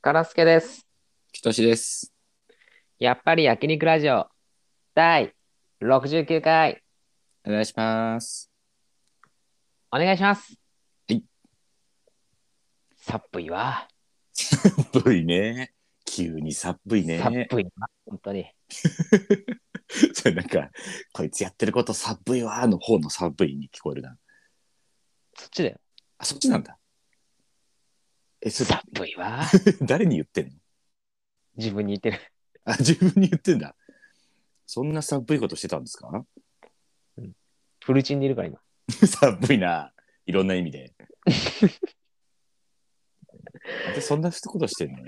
からすけです。きとしです。やっぱり焼肉ラジオ第69回お願いします。お願いします。はい。さっぷいわ。ぶいね。急にさっぶいさっね。ぷいわ。本当に。それ なんか、こいつやってることさっぶいわーの方のさっぶいに聞こえるな。そっちだよ。あ、そっちなんだ。え、そされっぷいわ。誰に言ってんの 自分に言ってる。あ、自分に言ってんだ。そんなさっぶいことしてたんですか フルチンでいるから今。さっぶいな。いろんな意味 で。でそんなことしてんの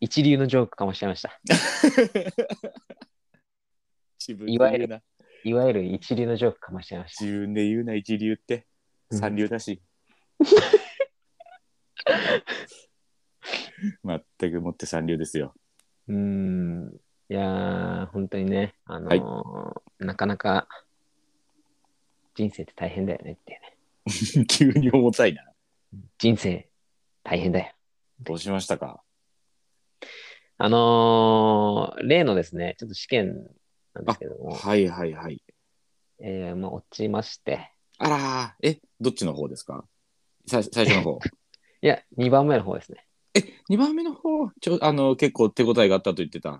一流のジョークかもしれました。自分いでわゆ言うるな。いわゆる一流のジョークかもしれました。自分で言うな、一流って。うん三流だ し。まったくもって三流ですよ。 うーん。いやー、本当にね、あのーなかなか人生って大変だよねっていうね。急に重たいな。人生大変だよ。どうしましたかあのー例のですね、ちょっと試験なんですけども、はいはいはい。えーまあ、落ちまして、あらー、え、どっちの方ですかさ最初の 方。いや、2番目の方ですね。 2番目の方、ちょあの結構手応えがあったと言ってた。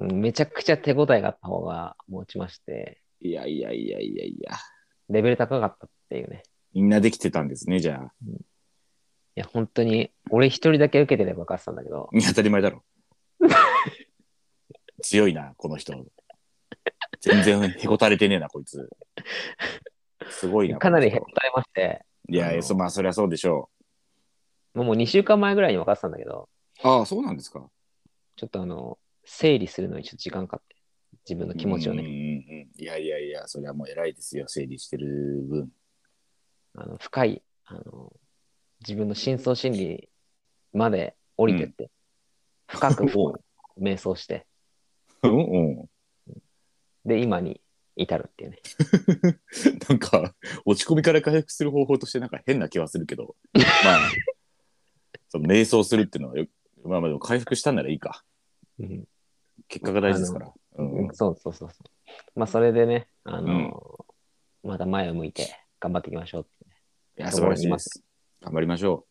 うんめちゃくちゃ手応えがあった方がもう落ちまして、いやいやいやいやいや。レベル高かったっていうね。みんなできてたんですね、じゃあ。いや、本当に、俺一人だけ受けてればよかったんだけど、いや当たり 前だろ。強いな、この人。全然へこたれてねえな、こいつ。すごいな。かなりこへのこたれまして、人いや、いやそまあ、そりゃそうでしょもうもう2週間前ぐらいに分かってたんだけど、う。ああ、そうなんですか。ちょっとあの、整理するのにちょっと時間かかって、自分の気持ちをうんね、うんうん。いやいやいや、それはもう偉いですよ、整理してる分。あの深い、あの、自分の深層心理まで降りてって、深くおう瞑想して、うんうん。で、今に至るっていうね。なんか、落ち込みから回復する方法としてなんか変な気はするけ ど、まあ、その瞑想するっていうのはよ、まあまあでも回復したんならいいか。結果が大事ですから。うんうんそうそうそうそう。まあ、それでね、あの、また前を向いて頑張っていきましょうってね、いや、素晴らしいです。頑張りましょ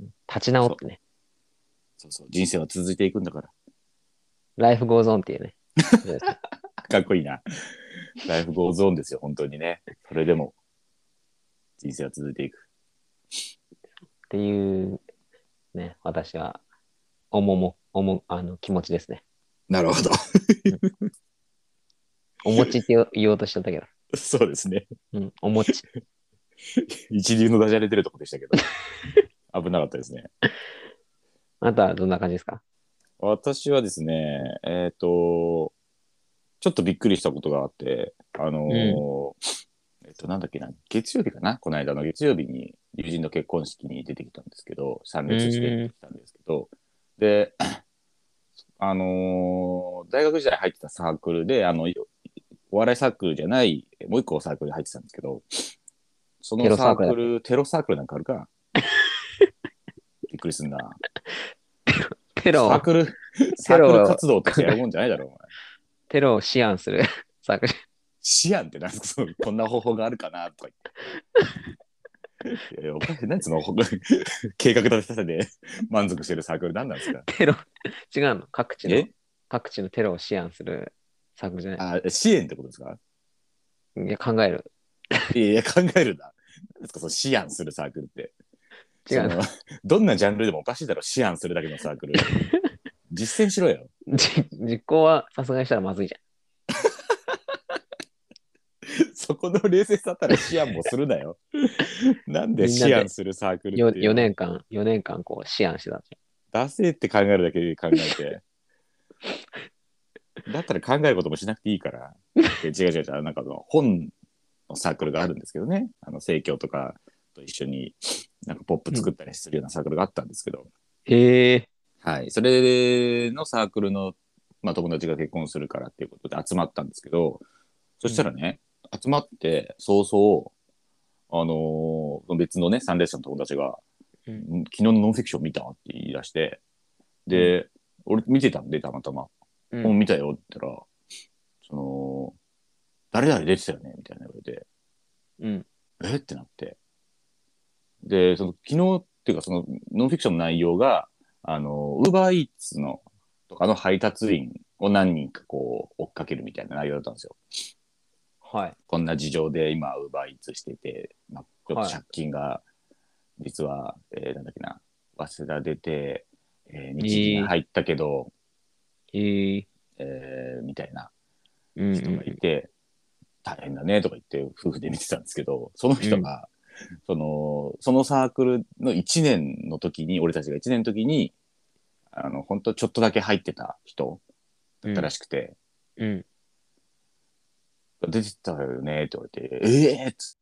う。立ち直ってね、そうそう、人生は続いていくんだから。ライフゴーゾーンっていうね。かっこいいな。ライフゴーゾーンですよ、本当にね。それでも、人生は続いていく。っていう、ね、私は、重も、重、あの、気持ちですね。なるほど。お持ちって言おう言おうとしちゃったけど。 そうですね。うん、お持ち。一流のダジャレ出るとこでしたけ ど。危なかったですね。あなたはどんな感じですか私はですね、えっ、と、ちょっとびっくりしたことがあって、あのーえっと、なんだっけな、月曜日かなこの間の月曜日に友人の結婚式に出てきたんですけど、参列して出てきたんですけど、で、あのー大学時代入ってたサークルで、あの、お笑いサークルじゃない、もう一個サークルに入ってたんですけど、そテのロササーークルクル、テロサークルなんかあるかびっくりすんな。テサローを、 クル、サークル活動としてやるもんじゃないだろ、お前。テロを思案する サークル。思案ってなんすかそのこんな方法があるかなとか言って。いやいやお前何そのほ 計画立てさせて満足してるサークル何なんですかテロ、違うの各地のえ、各地のテロを思案するサークルじゃない。あ支援ってことですかいや、考える。いやいや考えるな。何ですかその思案するサークルって。違うの。そのどんなジャンルでもおかしいだろ、思案するだけのサークル。実践しろよ。じ実行は殺害したらまずいじそこの冷静さたら思案もするなよ。なんでみんなで思案するサークゃルん。っていうよ4の年間、4年間こう、思案してたんじ出せって考えるだけで考えて。 だったら考えることもしなくていいから。で違う違う違う、なんかあの本のサークルがあるんですけどね。あの、生協とかと一緒に、なんかポップ作ったりするようなサークルがあったんですけど。ゃん。へえ。はい。それのサークルの、まあ、友達が結婚するからっていうことで集まったんですけど、そしたらね、集まって早々、あのー別のね、参列者の友達が、うん昨日のノンフィクション見たって言い出して、で、俺見てたんで、たまたま。うん本見たよって言ったら、その、誰々出てたよねみたいな言われて、うん。えってなって。で、その、昨日っていうか、その、ノンフィクションの内容が、あの、ウーバーイーツの、とかの配達員を何人かこう、追っかけるみたいな内容だったんですよ。はい。こんな事情で今、ウーバーイーツしてて、まあ、ちょっはとい借金が、実は、えーなんだっけな、早稲田出て、えー日銀入ったけど、えー、えーみたいなうん人がいて、大変だねとか言って、夫婦で見てたんですけど、その人が、その、そのサークルの1年の時に、俺たちが1年の時に、あの、本当ちょっとだけ入ってた人だったらしくて、うん。うん。出てたよねって言われて、えーっつって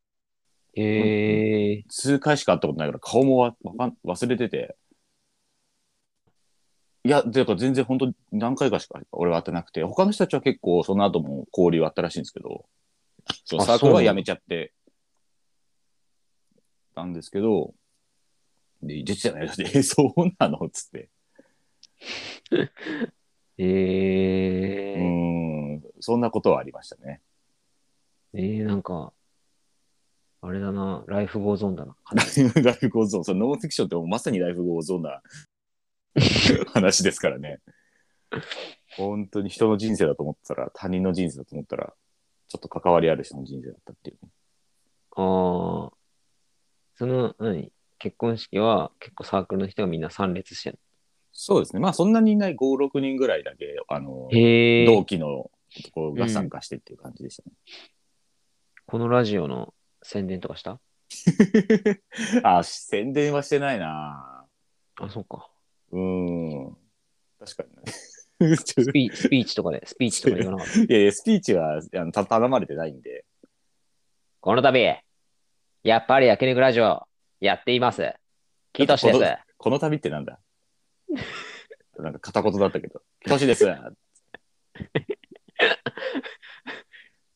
えー、数回しか会ったことないから顔もわわかん忘れてて。いや、てか全然本当何回かしか俺は会ってなくて、他の人たちは結構その後も交流あったらしいんですけど、そのあサークルそはうなやのめちゃってたんですけど、で、出てたね。 だってえ、そうなのっつって。うえー、ーん、そんなことはありましたね。えー、なんか、あれだな、ライフゴーゾーンだな。ライフゴーゾーン、そのノンフィクションってもうまさにライフゴーゾー ンな話ですからね。本当に人の人生だと思ったら、他人の人生だと思ったら、ちょっと関わりある人の人生だったっていう。ああ。その、何結婚式は結構サークルの人がみんな参列してる。そうですね。まあそんなにいない5、6人ぐらいだけ、あの、へえ。同期の男が参加してっていう感じでしたね。このラジオの宣伝とかした あ、宣伝はしてないなあ、そうか。うーん。確かにね。ちょスピ スピーチとかで、スピーチとか言わなか った。いやいや、スピーチはあのた頼まれてないんで。この度、やっぱり焼肉ラジオやっています。キトシです。この旅ってなんだなんか片言だったけど。年です。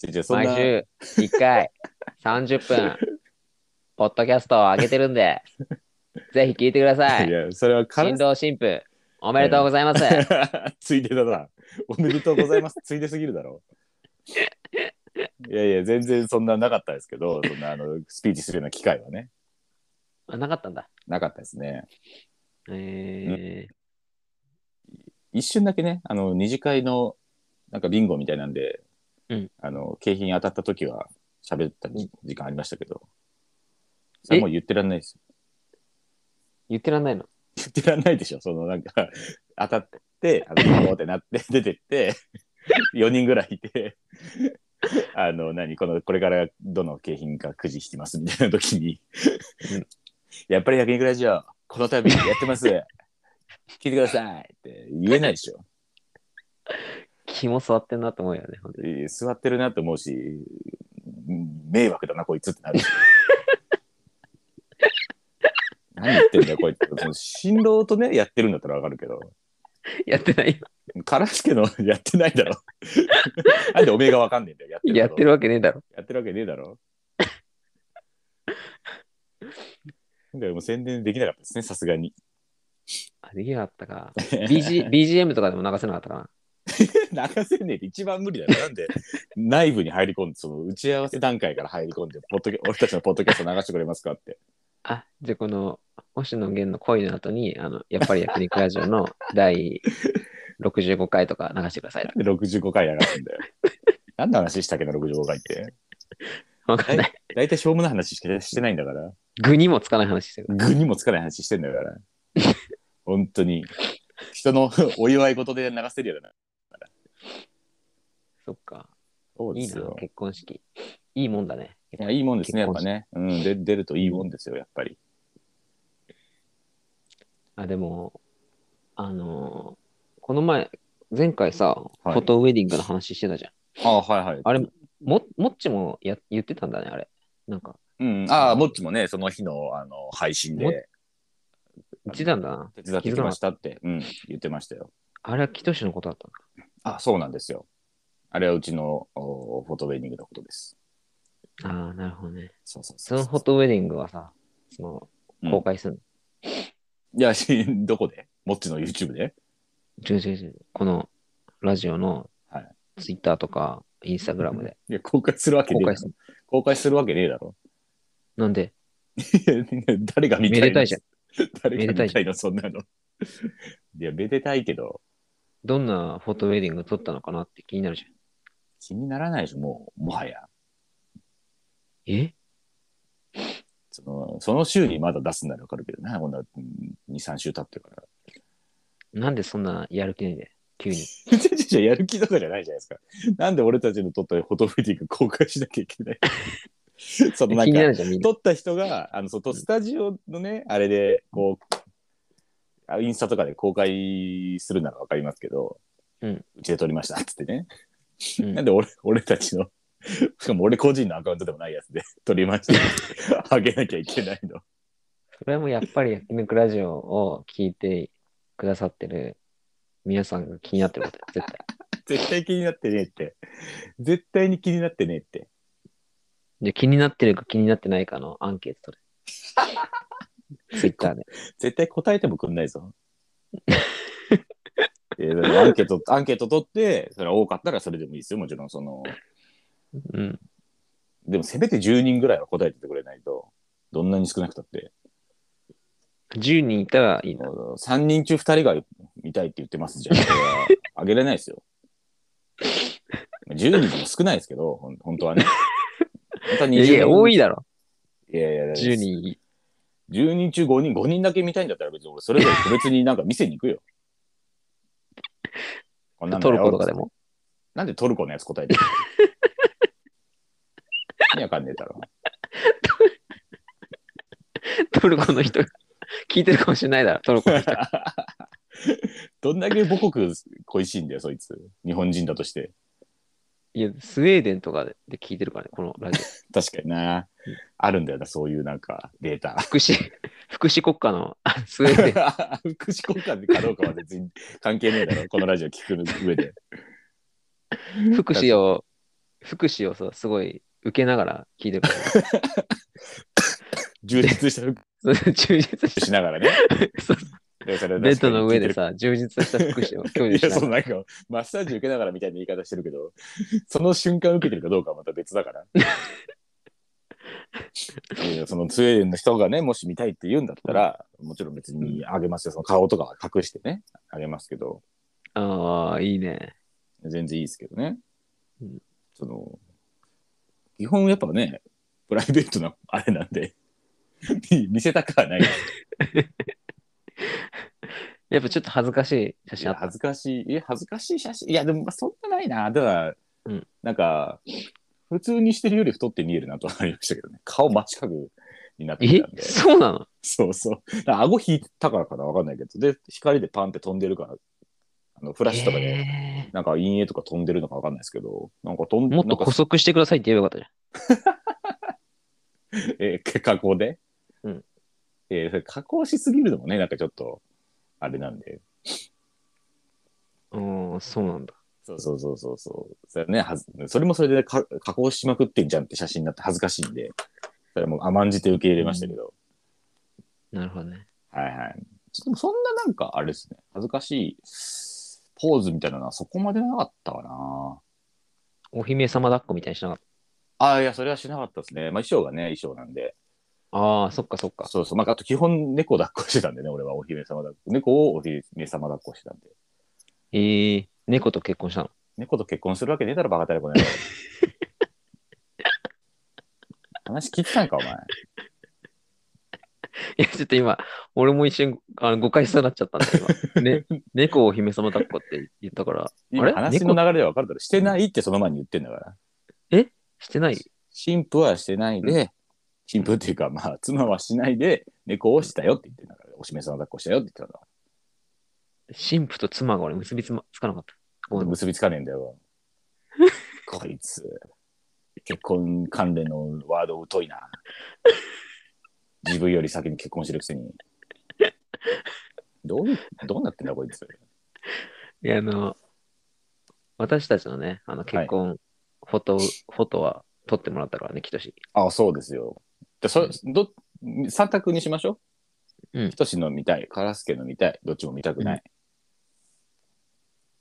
違う違うそん毎な週1回30分、ポッドキャストを上げてるんで、ぜひ聞いてくださいい。や、それはか新郎新婦、おめでとうございます。 ついでだな。おめでとうございます。ついですぎるだろう。いやいや、全然そんななかったですけど、そんなあのスピーチするような機会はね、あ、なかったんだ。なかったですね。え一瞬だけね、あの、二次会のなんかビンゴみたいなんで、うんあの、景品当たった時は喋った時時間ありましたけど、それはもう言ってらんないですよ ー、言ってらんないの言ってらんないでしょそのなんか当たってあのこうってなって 出てって4人ぐらいいて あの何このこれからどの景品かくじ引きますみたいな時にうんやっぱり焼肉ラジオこの度やってます聞いてくださいって言えないでしょ肝座ってんなと思うよね。ほんとにえー座ってるなと思うし迷惑だなこいつってな るし何言ってんだよこいつその新郎とねやってるんだったらわかるけどやってないよ。唐助の やってないだろ。なんでおめえがわかんねえんだよ。やってるやってるわけねえだろ。やってるわけねえだろ。なんかもう宣伝できなかったですね、さすがに。あ、できなかった か。BG BGM とかでも流せなかったかな。流せねえって一番無理だよ。なんで内部に入り込んで、その打ち合わせ段階から入り込んで、ポッドキャ俺たちのポッドキャスト流してくれますかって。あ、じゃあこの、星野源の恋の後に、あの、やっぱり焼肉ラジオ の第65回とか流してくださいとか。で65回流すんだ よ。何の話したっけな、65回って。わかんない。大体しょうもない話しかしてないんだから。具にもつかない話してる。具にもつかない話してんだ から。本当に。人の お祝い事で流せるような。そっか。そういでいすなよ、。結婚式。いいもんだね。いやいいもんですね、やっぱね。うん、で出るといいもんですよ、やっぱり。あ、でも、あのーこの前、前回さ、フはいォトウェディングの話してたじゃん。ああ、はいはい。あれ、も、もっちもや言ってたんだね、あれ。なんか、うん、ああ、もっちもね、その日のあの配信もで言ってたんだな。手伝ってきましたって、うん、言ってましたよ。あれはキトシのことだったのあそうなんですよ。あれはうちのおフォトウェディングのことです。ああ、なるほどね。そうそうそそうのフォトウェディングはさ、その、うん公開するの、いや、しどこでもっちの YouTube で違う違う違う。このラジオのはツイッターとかインスタグラムでいや、公開するわけね公開えだろする。公開するわけねえだ ろ。なんで、いや誰が見たいのめでたいじゃん。誰めでがたい見じたゃいの、そんなの。いや、めでたいけど、どんなフォトウェディング撮ったのかなって気になるじゃん。気にならないでしょ、もう、もはや。えそのその週にまだ出すならわかるけどな、こんな2、3週経ってるから。なんでそんなやる気ないんだよ、急に。 いやいやいややる気とかじゃないじゃないですか。なんで俺たちの撮ったフォトフィティング公開しなきゃいけないそのな 気んになか、るじゃん、みんな。撮った人が、あの、そうとスタジオのね、あれで、こう、あインスタとかで公開するならわかりますけど、うんちで撮りましたっつってね。うんなんで俺俺たちの、しかも俺個人のアカウントでもないやつで撮り ましたって。あげなきゃいけないの。それもやっぱり焼肉ラジオを聞いてくださってる皆さんが気になってることだよ、絶対。絶対気になってねえって。絶対に気になってねえって。で、気になってるか気になってないかのアンケート取 れ。ツイッターで。絶対答えてもくんな いぞ。えだからアンケート、アンケート取って、それは多かったらそれでもいいですよ、もちろん。その、うん。でもせめて10人ぐらいは答えててくれないと、どんなに少なくたって。 10人いたらいいな。 3人中2人が見たいって言ってますじゃん。それはあげれないですよ。10人でも少ないですけど、ほん本当はね。本当はい20やいや、多いいだろ。やいや、 10人。 10人中5人、5人だけ見たいんだったら別に俺、それぞれ個別になんか店に行くよ。こんなのトルコとやろうっつかってでも。なんでトルコのやつ答えてる意味わかんねえだろ。 トルコの人が聞いてるかもしれないだろ、トルコの人。 どんだけ母国恋しいんだよ、そいつ。日本人だとして。いや、スウェーデンとかで聞いてるからね、このラジオ。確かにな。あるんだよな、そういうなんかデータ。 福祉、 福祉国家のあスウェーデン。福祉交換かどうかは別に関係ねえだろ、このラジオ聞く上で。 福祉を、福祉をさ、すごい受けながら聞いてるか 充実した福ら。そう充実し祉しながらね。た。そうでそれはベ確ッかドにの上で聞いてるさ、充実した福祉を享受いしや、なそがのなんか、マッサージ受けながらみたいな言い方してるけど、 その瞬間受けてるかどうかはまた別だから。いやいやそのスウェーデンの人がね、もし見たいって言うんだったら、もちろん別にあげますよ。その顔とかは隠してね、あげますけど、ら。ああ、いいね。全然いいですけどねうん。その、基本やっぱね、プライベートなあれなんで、 見見せたくはない。やっぱちょっと恥ずかしい写い真あやった。恥ずかしい。え、恥ずかしい写真。いや、でも、まあ、そんなないな。ただ、うんなんか、普通にしてるより太って見えるなとはありましたけどね。顔真四角になってえたんで。そうなのそうそう。だから顎引いたからかなわかんないけど。で、光でパンって飛んでるから、あのフラッシュとかで、えなんか陰影とか飛んでるのかわかんないですけど、なんか飛んーもっとなん補か足してくださいって言えばよかったじえー加工で。うんえーそれ加工しすぎるのもね、なんかちょっと、あれなんで。ゃん。うん、そうなんだ。そうそうそうそうそう。それはね、はずそれもそれでか加工しまくってんじゃんって写真になって恥ずかしいんで、それはもう甘んじて受け入れましたけど、なるほどね。はいはい。ちょっとでもそんななんかあれですね、恥ずかしいポーズみたいなのはそこまでなかったかな。お姫様抱っこみたいにしなかっああ、いや、それはしなかったですね。まあ衣装がね、衣装なんで。た。ああ、そっかそっか。そうそう。まあ、あと基本猫抱っこしてたんでね、俺はお姫様抱っこ。猫をお姫様抱っこしてたんで。えー、猫と結婚したの 猫と結婚するわけねえだろ、バカタレコね。話聞いてたんか、お前。いや、ちょっと今、俺も一瞬あの誤解しそうになっちゃったんだ、今。ね、 猫をお姫様抱っこって言ったから、あ今れ話の流れで分かるだろ。してないってその前に言ってんだから。してない神父はしてないで、神父っていうか、まあ、妻はしないで、猫をしたよって言ってんだから、おしめさん抱っこしたよって言ってたか神父と妻が俺結びつ,、ま、つかなかった。ごら、めん結びつかねえん だよ。こいつ、結婚関連のワード疎いな。自分より先に結婚してるくせに。どういう、どうなってんだ、こいつ。いや、あの、私たちのね、あの結婚、フォト、フォトは撮ってもらったからね、きとし。あ、そうですよ。でそど三択にしましょうんひとしの見たい、カラスケの見たい、どっちも見たくない。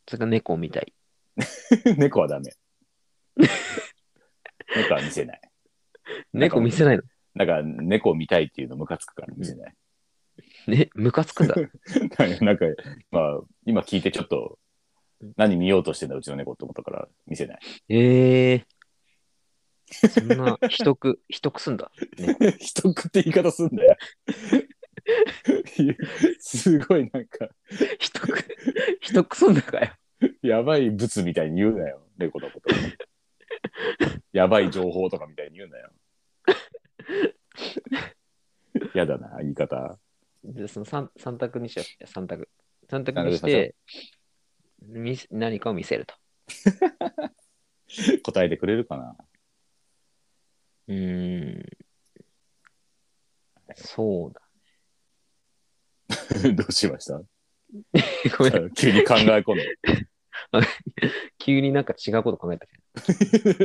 それから猫みたい。 猫はダメ。猫は見せない。猫見せないの。なんか猫を見たいっていうのムカつくから見せない。 ね、ムカつくんだ。なんか、まあ、今聞いてちょっと何見ようとしてんだうちの猫って思ったから見せない。ええー。そんな、ひと く、ひとくすんだ。ね、人食って言い方すんだよ。すごいなんか、ひとく、ひとくすんだかよ。やばいブツみたいに言うなよ、猫のこと。やばい情報とかみたいに言うなよ。やだな、言い方。で、その三三択にしよう。三択。三択なるにほしどて、み何かを見せると。答えてくれるかな。うーん。そうだ。 どうしましたごめん、 急に考え込んで。急になんか違うこと考えたけど。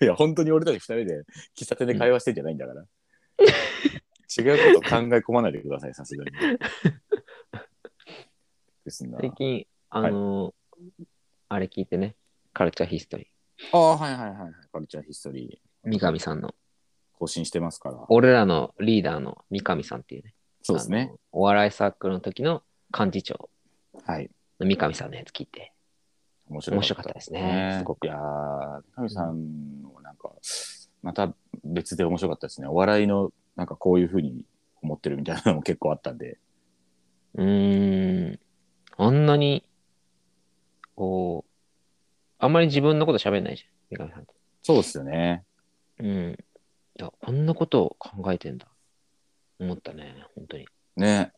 いや、本当に俺たち二人で喫茶店で会話してんじゃないんだ から。違うこと考え込まないでください、さすがに。ですな。最近、あのあれ聞いてね、カルチャーヒストリああ、はいはいはいはい。カルチャーヒストリー。三上さんの、ー更新してますから。俺らのリーダーの三上さんっていうね。そうですあね。の。お笑いサークルの時の幹事長はい。の三上さんのやつ聞いて、面白面か白っかったですた。ね。すごく。いやー、神さんのなんか、また別で面白かったですね。お笑いの、なんかこういうふうに思ってるみたいなのも結構あったんで。うーん。あんなに、こう、あんまり自分のこと喋んないじゃん、三上さんって。そうですよね。うん。いや、こんなことを考えてんだ。思ったね、本当に。ね。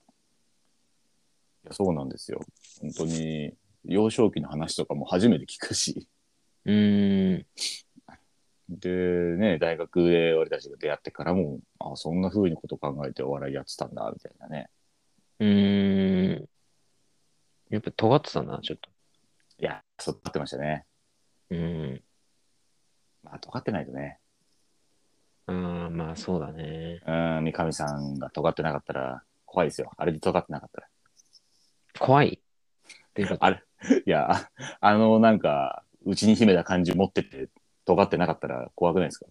いやそうなんですよ。本当に、幼少期の話とかも初めて聞くし。うーん。で、ね、大学で俺たちが出会ってからも、あそんな風にこと考えてお笑いやってたんだ、みたいなね。うーん。やっぱ尖ってたな、ちょっと。いや、そう尖ってましたね。うん。まあ、尖ってないとね。ああ、まあそうだね。うん、三上さんが尖ってなかったら怖いですよ。あれで尖ってなかったら。怖いっていうか、あれいや、ああの、なんか、うちに秘めた感じ持ってて、尖ってなかったら怖くないですか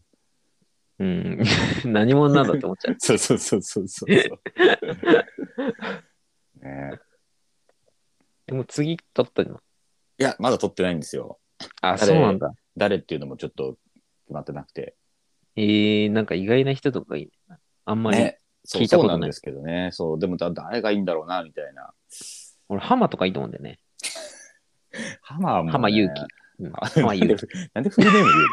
うん。 何者なんだって思っちゃう。そうそうそうそうそうそう。ねえでも次取ったの。いや、まだ撮ってないんですよ。あ、誰そうなんだ。誰っていうのもちょっと決まってなくて。えー、なんか意外な人とかいい。あんまり。ねそう聞いたことそなういなんですけどね。そう、でもだ誰がいいんだろうな、みたいな。俺、ハマとかいいと思うんだよね。ハマはもう、ね。ハマユウキうんあハマユウキ。なんでフルネーム言う の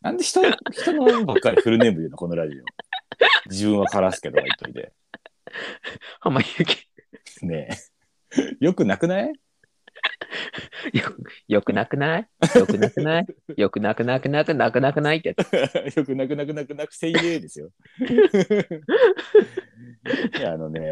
なんで人の人のばっかりフルネーム言うのこのラジオ。自分はカラスケとか言っといて。ハマユウキ。ねえ。よくなくない よよくなくないよくなくないよくなくなくなくなくなくないってやつ。よくなくなくなくなくせいえで すよ。いや、あのね、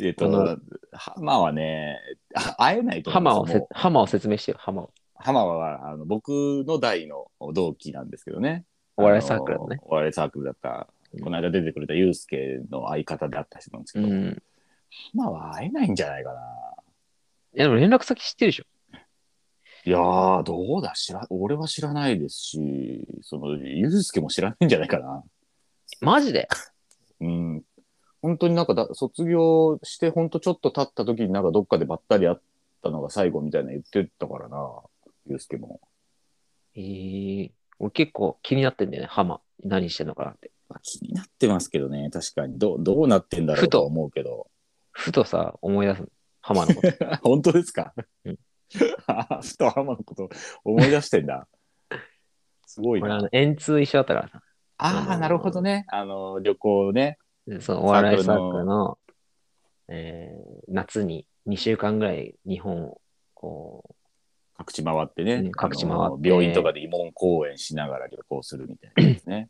えっ、あとの、ハマはね、あ会えないとハマを思うんせですよ。もうハマを説明してよ、ハマを。ハマはあの僕の代の同期なんですけどね。お笑いサークルのねあ。お笑いサークルだったうん。この間出てくれたユうスケの相方であった人なんですけうど、ハん。マは会えないんじゃないかな。いや、でも連絡先知ってるでしょ。いやー、どうだ知ら、俺は知らないですし、その、ユうスケも知らないんじゃないかな。マジでうん。本当になんかだ、卒業して、ほんとちょっと経った時になんかどっかでばったり会ったのが最後みたいな言ってたからな、ゆうすけも。えー、俺結構気になってんだよね、ハマ。何してんのかなって。まあ、気になってますけどね、確かに。どうどうなってんだろふうととは思うけど。ふとさ、思い出すの。ハマの こと。本当ですかうんあ ふと浜のこと思い出してんだ。すごい俺、あな。の、円通一緒だったからさ。ああ、なるほどね。あの、旅行ね。でそのお笑いサークルの、えー、夏に2週間ぐらい日本をこう、各地回ってね。うん各地回ってあの病院とかで慰問公演しながら旅行するみたいなで すね。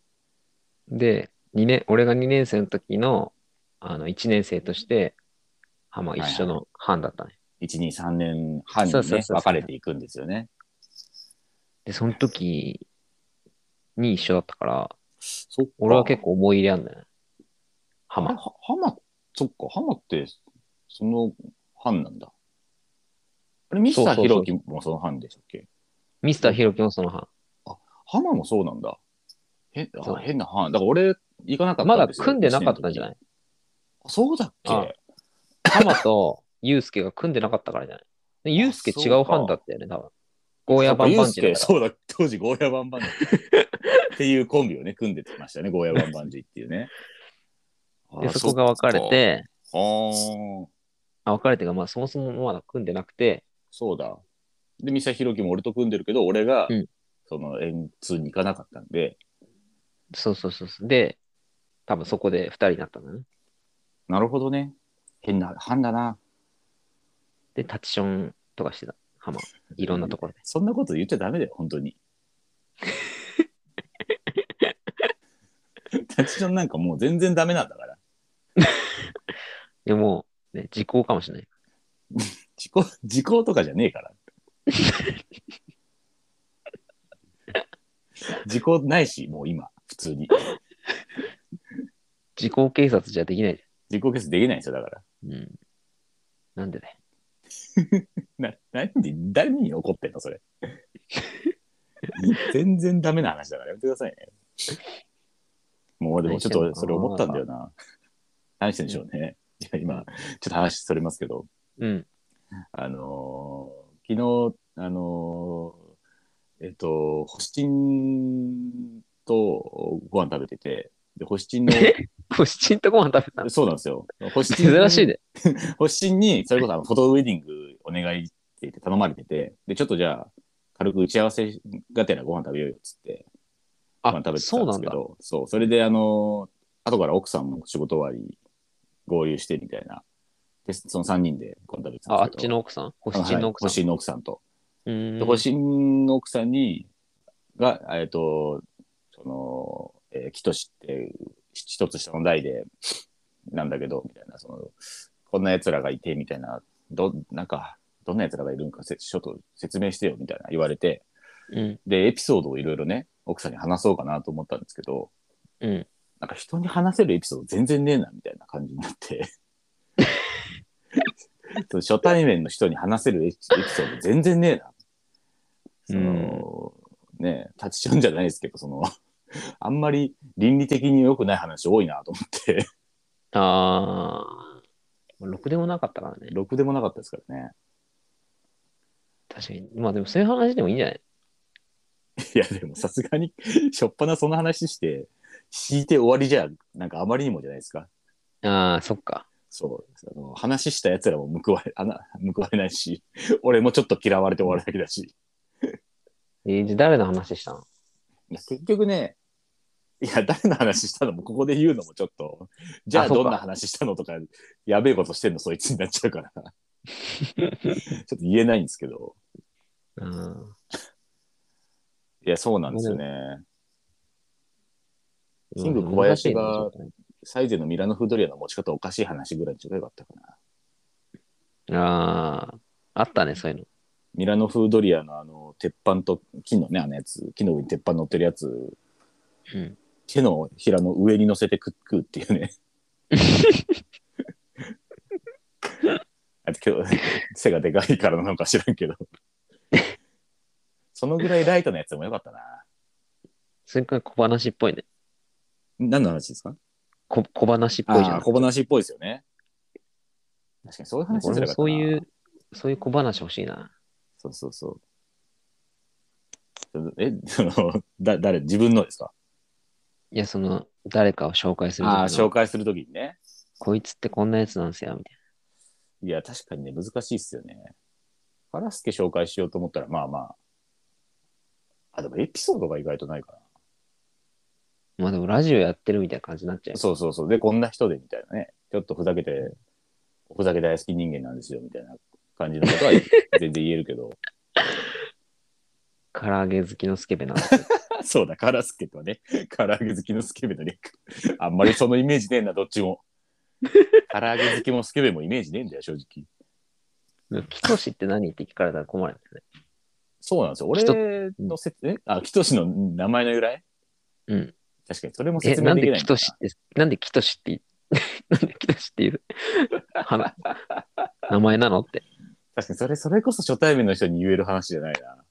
で、二年、俺が2年生の時の、あの、1年生として、ハマ一緒の班だったね。 1、2、3年半にそね、うそうそうそう分かれていくんですよね。で、その時に一緒だったから、そっか俺は結構思い入れあんだよね。ハあれマ。は浜っそっか、ハマって、その班なんだ。あれ、ミスそうタそうーそうヒロキもその班でしたっけミスターヒロキもその班。ハマもそうなんだ。変そうあ変な班。だから俺、行かなかったまんだですよ組んでなかったんじゃないいあそうだっけあハマとユウスケが組んでなかったからじゃないでユウスケ違う班だったよね、多分。ゴーヤバンバンジユーーだスケから。そうだ、当時ゴーヤバンバンジーっていうコンビをね、組んでましたね、ゴーヤバンバンジーっていうね。 であそこが分かれ。て、そっかあーあ分かれてが、まあそもそもまだ組んでなくて、そうだ。で、三沢ひろきも俺と組んでるけど、俺が、うんその円通に行かなかったんで、そうそうそうそう。で、多分そこで2人になったんだね。なるほどね。変な班だな。で、タチションとかしてた、ハ マ。いろんなところで。そんなこと言っちゃダメだよ、本当に。タチションなんかもう全然ダメなんだから。でもう、ね、時効かもしれない。時効、時効とかじゃねえから。時効ないし、もう今、普通に。時効警察じゃできないじ時効決定できないんですよ、だから。ゃん。うん。なんでね。な、なんで、誰に怒ってんの、それ。全然ダメな話だからやめてくださいね。もう、でもちょっとそれ思ったんだよな。何してんでしょうね。いや、今、ちょっと話それますけど、 うん。あのー昨日、あのーえっと、ホシチンとご飯食べてて、で、ホシチンの、こしちんとご飯食べたのそうなんですよ。ホシチン珍しい で。発信に、それこそあのフォトウェディングお願いって言って頼まれてて、で、ちょっとじゃあ、軽く打ち合わせがてらご飯食べようよっつって、ごあ飯食べてたそうんでなすんけだ。ど、そうそれであの、後から奥さんも仕事終わり、合流してみたいな、で、その3人でご飯食べてたんあ、あっですけちど、の奥さんこしちんの奥はいさん。星の奥さんと。うーで、ん。星の奥さんに、が、えっと、その、えー、キトシって、一つ下の代で、なんだけど、みたいな、その、こんな奴らがいて、みたいな、ど、なんか、どんな奴らがいるんか、せちょっと説明してよ、みたいな言われて、うん。で、エピソードをいろいろね、奥さんに話そうかなと思ったんですけど、うん。なんか人に話せるエピソード全然ねえな、みたいな感じになって。その初対面の人に話せるエピエピソード全然ねえな。その、ねえ、タチションじゃないですけど、その、 あんまり倫理的に良くない話多いなと思って、あー。ろくでもなかったからね。ろくでもなかったですからね。確かに。まあでもそういう話でもいいんじゃないいや、でもさすがに、しょっぱなその話して、敷いて終わりじゃ、なんかあまりにもじゃないですか。ああ、そっか。そう。あの話した奴らも報われ、あな報われないし、俺もちょっと嫌われて終わるだけだし。えーじゃあ誰の話したのいや結局ね、いや、誰の話したのもここで言うのもちょっと、じゃああそうかどんな話したのとか、やべえことしてんのそいつになっちゃうから。ちょっと言えないんですけど。うん。いや、そうなんですよね。キングうん小林難が。しいねサイゼのミラノフードリアの持ち方おかしい話ぐらいにちょうどよかったかな。ああ。あったね、そういうの。ミラノフードリアのあの、鉄板と、木のね、あのやつ、木の上に鉄板乗ってるやつ、うん。手のひらの上に乗せて食食うっていうね。あと今日背がでかいからなのか知らんけど。そのぐらいライトなやつでもよかったな。それから小話っぽいね。何の話ですかこ小話っぽいじゃああ、ん。小話っぽいですよね。確かにそういう話す俺れもばよかったなそういう、そういう小話欲しいな。そうそうそう。え、その、だ、誰、自分のですかいや、その、誰かを紹介する時のああ、紹介するときにね。こいつってこんなやつなんすよ、みたいいや、確かにね、難しいっすよね。カラスケ紹介しようと思ったら、まあまあ。あ、でもエピソードが意外とないかな。まあでも、ラジオやってるみたいな感じになっちゃうな。。そうそうそう。で、こんな人で、みたいなね。ちょっとふざけて、おふざけ大好き人間なんですよ、みたいな感じのことは 全然言えるけど。唐揚げ好きのスケ ベなんですよ。そうだ、カラスケとはね、唐揚げ好きのスケベのね、あんまりそのイメージねえな、どっち も。唐揚げ好きもスケベもイメージねえんだよ、正直。でもキトシって何って聞かれたら困るんだよそうなんですよ。俺の説、えあ、キトシの名前の由来ね。確かに、それもうん。え、説なん明できでないキトシって、なんでキトシって なんで木梨っていう花名前なのって。確かにそれ、それこそ初対面の人に言える話じゃないな。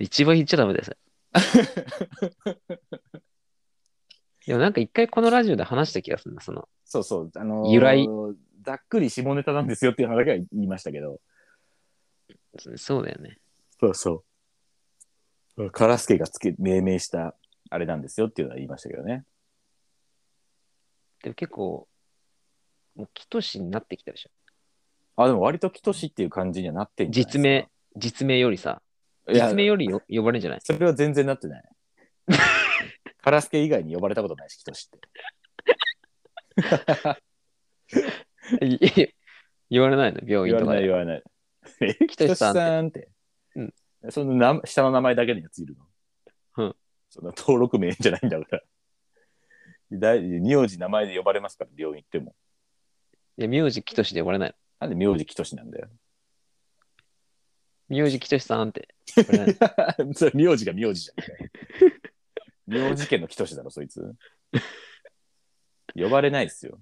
一番言っちゃダメです。 でもなんか一回このラジオで話した気がするな、その、そうそう、あのー由来。ざっくり下ネタなんですよっていう話だけは言いましたけど。そうだよね。そうそう。カラスケがつけ命名したあれなんですよっていうのは言いましたけどね。でも結構、もう、キトシになってきたでしょ。あ、でも割とキトシっていう感じにはなってんじゃない実名、実名よりさ、ですか。実い名や、よりよ呼ばれるんじゃないそれは全然なっ てない。カラスケ以外に呼ばれたことないし、キトシって。いやい や言われないの、病言院わとかないで。言わない。え、キトシトシさんってさんって。うんそのな下の名前だけのやついるの。うん。そんな登録名じゃないんだから。大名字名前で呼ばれますから、病院行っても。いや、名字キトシで呼ばれないなんで名字キトシなんだよ。の。名字キトシさんって呼ばれないの。それ名字が名字じゃん。名字家のキトシだろ、そいつ。呼ばれないですよ。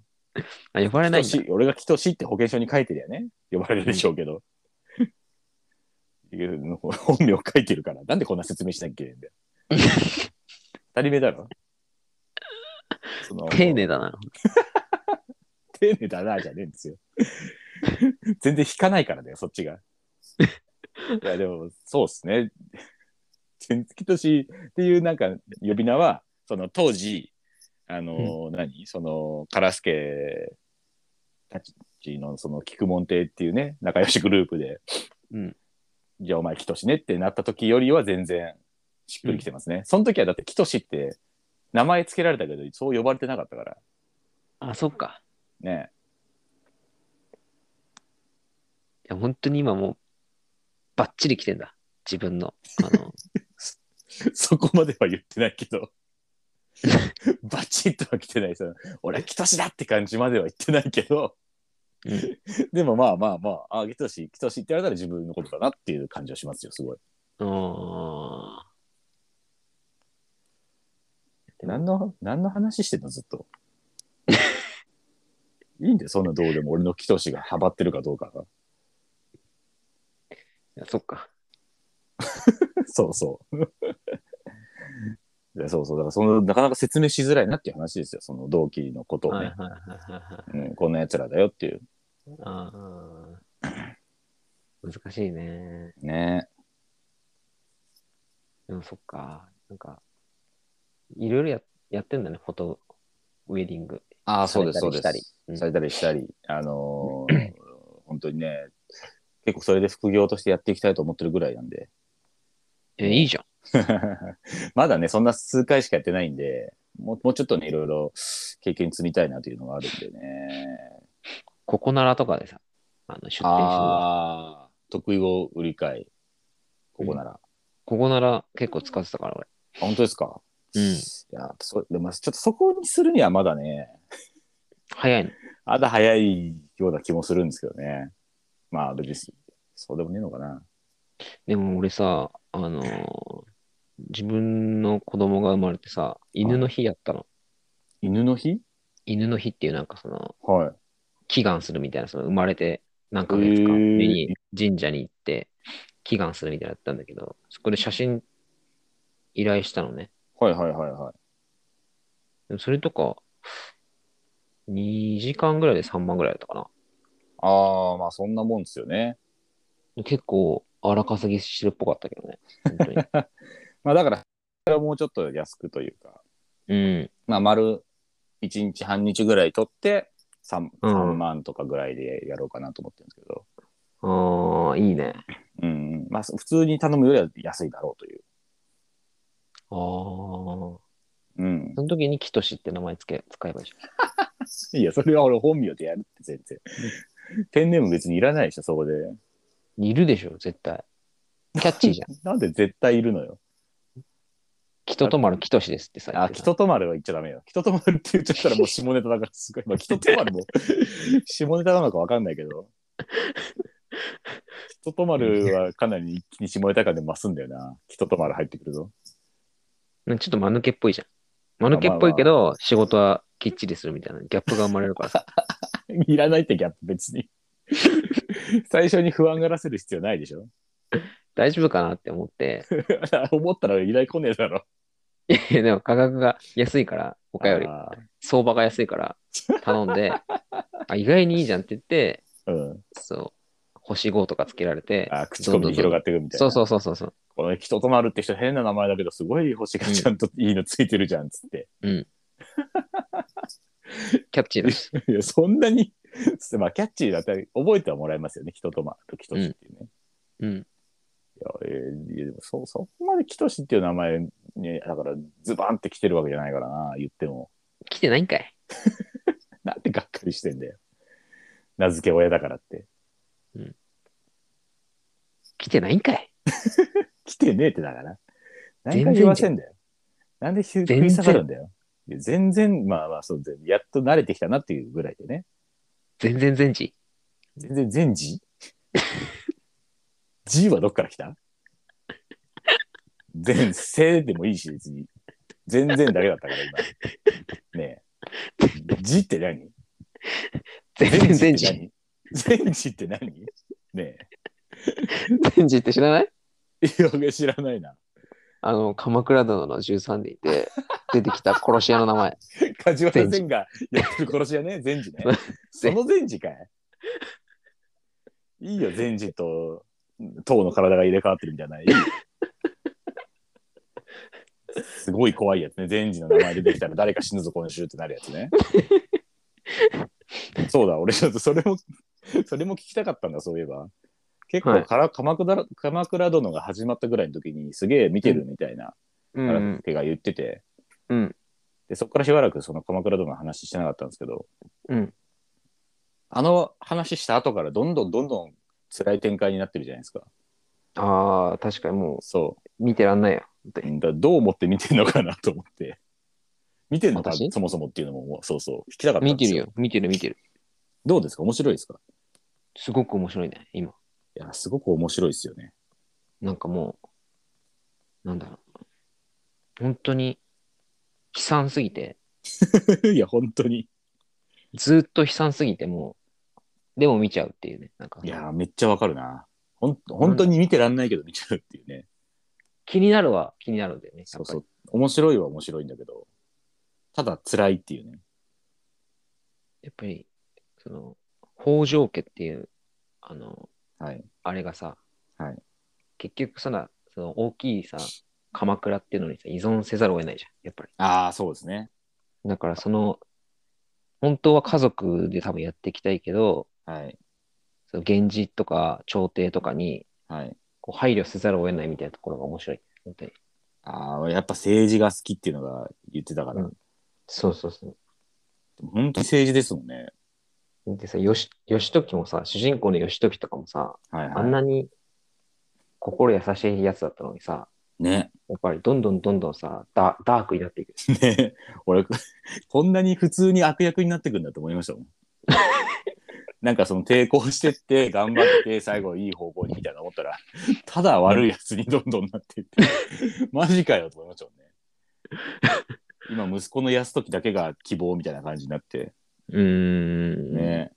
あ、呼ばれないんだキトシ俺がキトシって保険証に書いてるやね。呼ばれるでしょうけど。いうの本名書いてるから、なんでこんな説明しなきゃいけない んだよ。二人目だろ。その丁寧だな。丁寧だなじゃねえんですよ。全然引かないからだよ、そっ ちが。いや、でも、そうっすね。全月年っていうなんか呼び名は、その当時、あの、何その、カラスケたちの、その、菊門亭っていうね、仲良しグループで、うんじゃあお前、キトシねってなった時よりは全然しっくりきてますね。その時はだって、キトシって名前つけられたけど、そう呼ばれてなかったから、あ、そっか。ね。いや、本当に今もう、バッチリ来てんだ。自分の。あの、 そこまでは言ってないけど。 バチッとは来てないその俺はキトシだって感じまでは言ってないけど、うんでもまあまあまあ、あ、キトシ、キトシって言われたら自分のことだなっていう感じはしますよ、すごい。 あ何の、何の話してんの、ずっ と。いいんだよ、そんなどうでも俺のキトシがハマってるかどうかが。ーいやそっか。そう そう。いやそうそう、だからその、なかなか説明しづらいなっていう話ですよ、その同期のことをはいねはい。はいはいはい。うん、こんな奴らだよっていう。あー難しいね。ねでもそっか。なんか、いろいろややってんだね、フォトウェディング。ああ、さそうれです、たそうりでしす。たりうんされたりしたり、あのー 本当にね、結構それで副業としてやっていきたいと思ってるぐらいなんで、 え、いいじゃん。まだね、そんな数回しかやってないんで、もうもうちょっとね、いろいろ経験積みたいなというのがあるんでね。ここならとかでさ、あの出店してるわああ、得意を売り買い、ここなら。あここなら結構使ってたから、俺。本当ですかうんいや、そうでもちょっとそこにするにはまだね、早いの。まだ早いような気もするんですけどね。まあ、別に、そうでもねえのかな。でも俺さ、あのー自分の子供が生まれてさ、犬の日やったの。犬の日犬の日っていうなんかその、はい。祈願するみたいな、その生まれて何ヶ月かへー目に神社に行って祈願するみたいなのやったんだけど、そこで写真依頼したのね。はいはいはいはい。でもそれとか、2時間ぐらいで3万ぐらいだったかああ、まあそんなもんですよね。な。結構荒稼ぎしてるっぽかったけどね。本 当に。まあだから、それはもうちょっと安くというか、うん。まあ丸1日半日ぐらい取って3、うん3万とかぐらいでやろうかなと思ってるんですけど、ああ、いいね。うんうん、まあ普通に頼むよりは安いだろうという。ああ。そうん。 の時にキトシって名前つけ、使えばいいじゃん。いや、それは俺本名でやるって全然。ペンネーム別にいらないでしょ、そこで。いるでしょ、絶対。キャッチーじゃん。 なんで絶対いるのよ。キトトマルキトシですってさ。あ、キトトマルは言っちゃダメよ。キトトマルって言っちゃったらもう下ネタだからすごい。まあ、キトトマルも下ネタなのかわかんないけど。キトトマルはかなり一気に下ネタ感で増すんだよな。キトトマル入ってくるぞ。なんかちょっと間抜けっぽいじゃん。間抜けっぽいけど、仕事はきっちりするみたいなギャップが生まれるから さ。いらないってギャップ別に。最初に不安がらせる必要ないでしょ 大丈夫かなって思って。 思ったら依頼来ねえだろ。いやいやでも価格が安いから、他より。あ相場が安いから頼ん で、あ、意外にいいじゃんって言って、ーうん。そう、星5とかつけられて、あー、口コミに広がっていくみたいな。そうそうそうそうそう。この人とまるって人変な名前だけど、すごい星がちゃんといいのついてるじゃんっつって。キャッチーだ し。いや、そんなに、 まあ、キャッチーだったら覚えてはもらえますよね。人とまるとキトシっていうね。うん。いや、えーいやでもそ、そこまでキトシっていう名前ね、だからズバンって来てるわけじゃないからな、言っても。来てないんかい。なんでがっかりしてんだよ。名付け親だからって。来てないんかい。来てねえってだから。何回言わせんだよ。なんで食い下がるんだよ。いや全然、まあまあ、そう、全やっと慣れてきたなっていうぐらいでね。全然全治。全然全 G? G はどっから来た全性でもいいし別に全然だけだったから今ねえ G って何全然全全 G っ治。て何全 G って何ね全治って知らないえいや知らないなあの、鎌倉殿の13でいて、出てきた殺し屋の名 前。梶原善がやってる殺し屋ね全 G ねその全 G かいいいよ全 G と唐の体が入れ替わってるみたいないいよすごい怖いやつね全治の名前出てきたら誰か死ぬぞ今週ってなるやつねそうだ俺ちょっとそれもそれも聞きたかったんだそういえば結構から、鎌倉鎌倉殿が始まったぐらいの時にすげえ見てるみたいなう原ん。手が言ってて、うん。でそこからしばらくその鎌倉殿の話してなかったんですけど、うんあの話した後からどんどんどんどん辛い展開になってるじゃないですか。ああ、確かにもそう見てらんないよ。う。だからどう思って見てんのかなと 思って。見てんのか私そもそもっていうのも、そうそう。聞きたかったん見てでするよ。見てる見てる。どうですか面白いですかすごく面白いね、今。いや、すごく面白いですよね。 なんかもう、なんだろう。本当に、悲惨すぎて、いや、本当に。ずーっと悲惨すぎて、もう、でも見ちゃうっていうね。なんかい、や、めっちゃわかるな。ほん本当に見てらんないけど見ちゃうっていうね。気になるは気になるんだよね。そうやそっう。面白いは面白いんだけど、ただ辛いっていうね。ぱり。やっぱり、その、北条家っていう、あの、はい。あれがさ、はい結局さな、その大きいさ、鎌倉っていうのにさ、依存せざるを得ないじゃん、やっぱり。ああ、そうですね。だからその、本当は家族で多分やっていきたいけど、はい。その源氏とか朝廷とかにはい。こう配慮せざるを得ないみたいなところが面白い。本当に。ああ、やっぱ政治が好きっていうのが言ってたから、うんそうそうそ本当に政治ですもんね。う。でさ、よし、義時もさ、主人公の義時とかもさ、はいあんはなに心優しいやつだったのにさ、い。ね。 やっぱりどんどんどんどんさ、ダダークになっていく。ね。俺、こんなに普通に悪役になってくんだと思いました もん。なんかその抵抗してって、頑張って、最後いい方向にみたいな思ったら、ただ悪いやつにどんどんなっていって、マジかよと思いましたもんね。今、息子の泰時だけが希望みたいな感じになって、うーん。ね。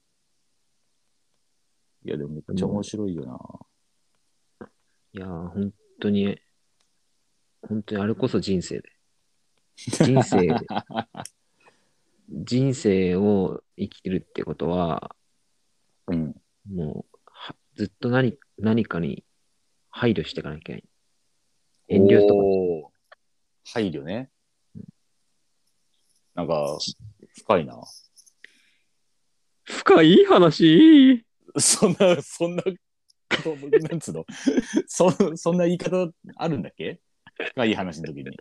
いや、でもめっちゃ面白いよな。いやー、本当に、本当にあれこそ人 生で。人生で。人生を生きるってことは、うん。もう、はずっと何何かに配慮していかなきゃいけない。遠慮とか。おー配慮ね。なんか、深いな。深い話そんな、そんな、なんつうの そそんな言い方あるんだっけ深い話の時に。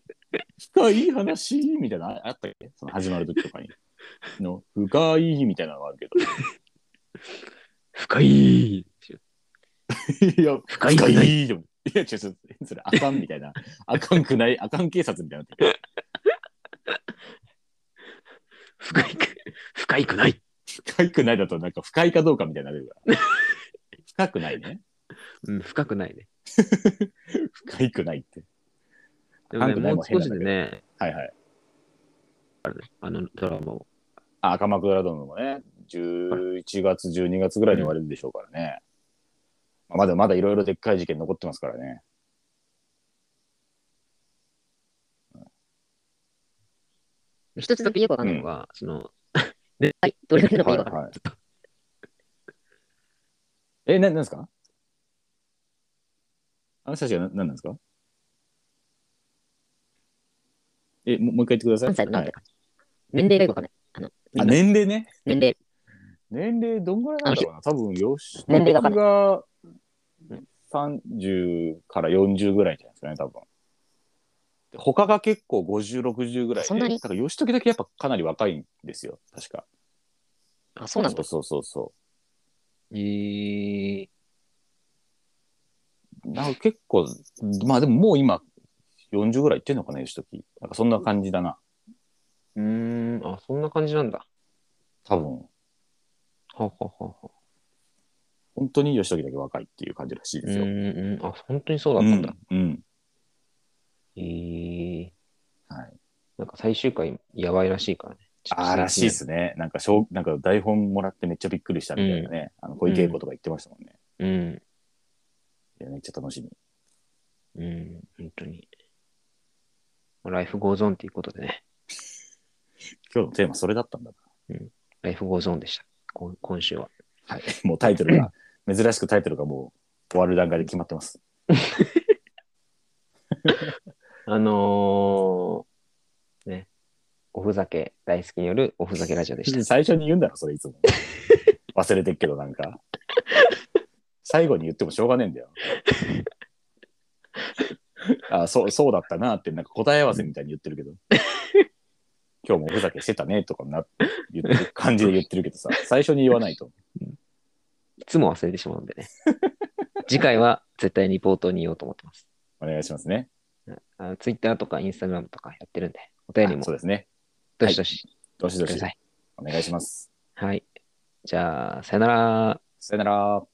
深い話みたいなのあったっけその始まる時とかに。の深いみたいなのがある深いけど。いや、深 いくないいでもいや、違う違う、それあかんみたいな。あかんくない、あかん警察みたいになってる。深いく、深いくない深くないだとなんか不快かどうかみたいになるから。 深くないね。うん、深くないね。深くないって。でもね、深くないももう変少なんしだでけどね、はいはい。あのドラマをあ、鎌倉殿もね、11月、12月ぐらいに終われるでしょうからね。まあまだまだいろいろでっかい事件残ってますからね。一つだけよくわかんないのが、は、その、はい、どれだけでもはいいわかんない。はい。え、な、なんですかあの人たちはな何なんですかえ、ももう一回言ってください。何歳のなんはていか、年齢がよくわかんない。あ、年齢ね。年齢。年齢どんぐらいなんだろうな多分よし。年齢が僕が30から40ぐらいじゃないですかね、多分。で他が結構50、60ぐらいで。そんなにだから吉時だけやっぱかなり若いんですよ、確か。あ、そうなんだ。そうそうそえう。ー、なんか結構、まあでももう今、40ぐらいいってんのかな、吉時。なんかそんな感じだな、うーん、あ、そんな感じなんだ。多分。はははは。本当に吉時だけ若いっていう感じらしいうですよ。ん、うん、あ、本当にそうだったんだ。うん。うんえー、はい。なんか最終回、やばいらしいからね。あーらしいですね。なんかしょう、なんか台本もらってめっちゃびっくりしたみたいなね。あの小池栄子とか言ってましたもんね。うん、いや、めっちゃ楽しみ。うん、本当に。ライフゴーゾーンっていうことでね。今日のテーマそれだったんだライフゴーゾーンでした。こん今週は。な。はい。もうタイトルが、珍しくタイトルがもう終わる段階で決まってます。あのー、ね、おふざけ大好きによるおふざけラジオでした。最初に言うんだろ、それいつも。忘れてっけど、なんか。最後に言ってもしょうがねえん だよ。あそう、そうだったなって、なんか答え合わせみたいに言ってるけ ど。今日もおふざけしてたねとかな、言ってる感じで言ってるけどさ、最初に言わないと。いつも忘れてしまうん でね。次回は絶対に冒頭に言おうと思ってます。お願いしますね。あの Twitter とか Instagram とかやってるんで、お便りあもそうですね。どしどしどしくどだしさい。お願いします。はい。じゃあ、さよなら。さよなら。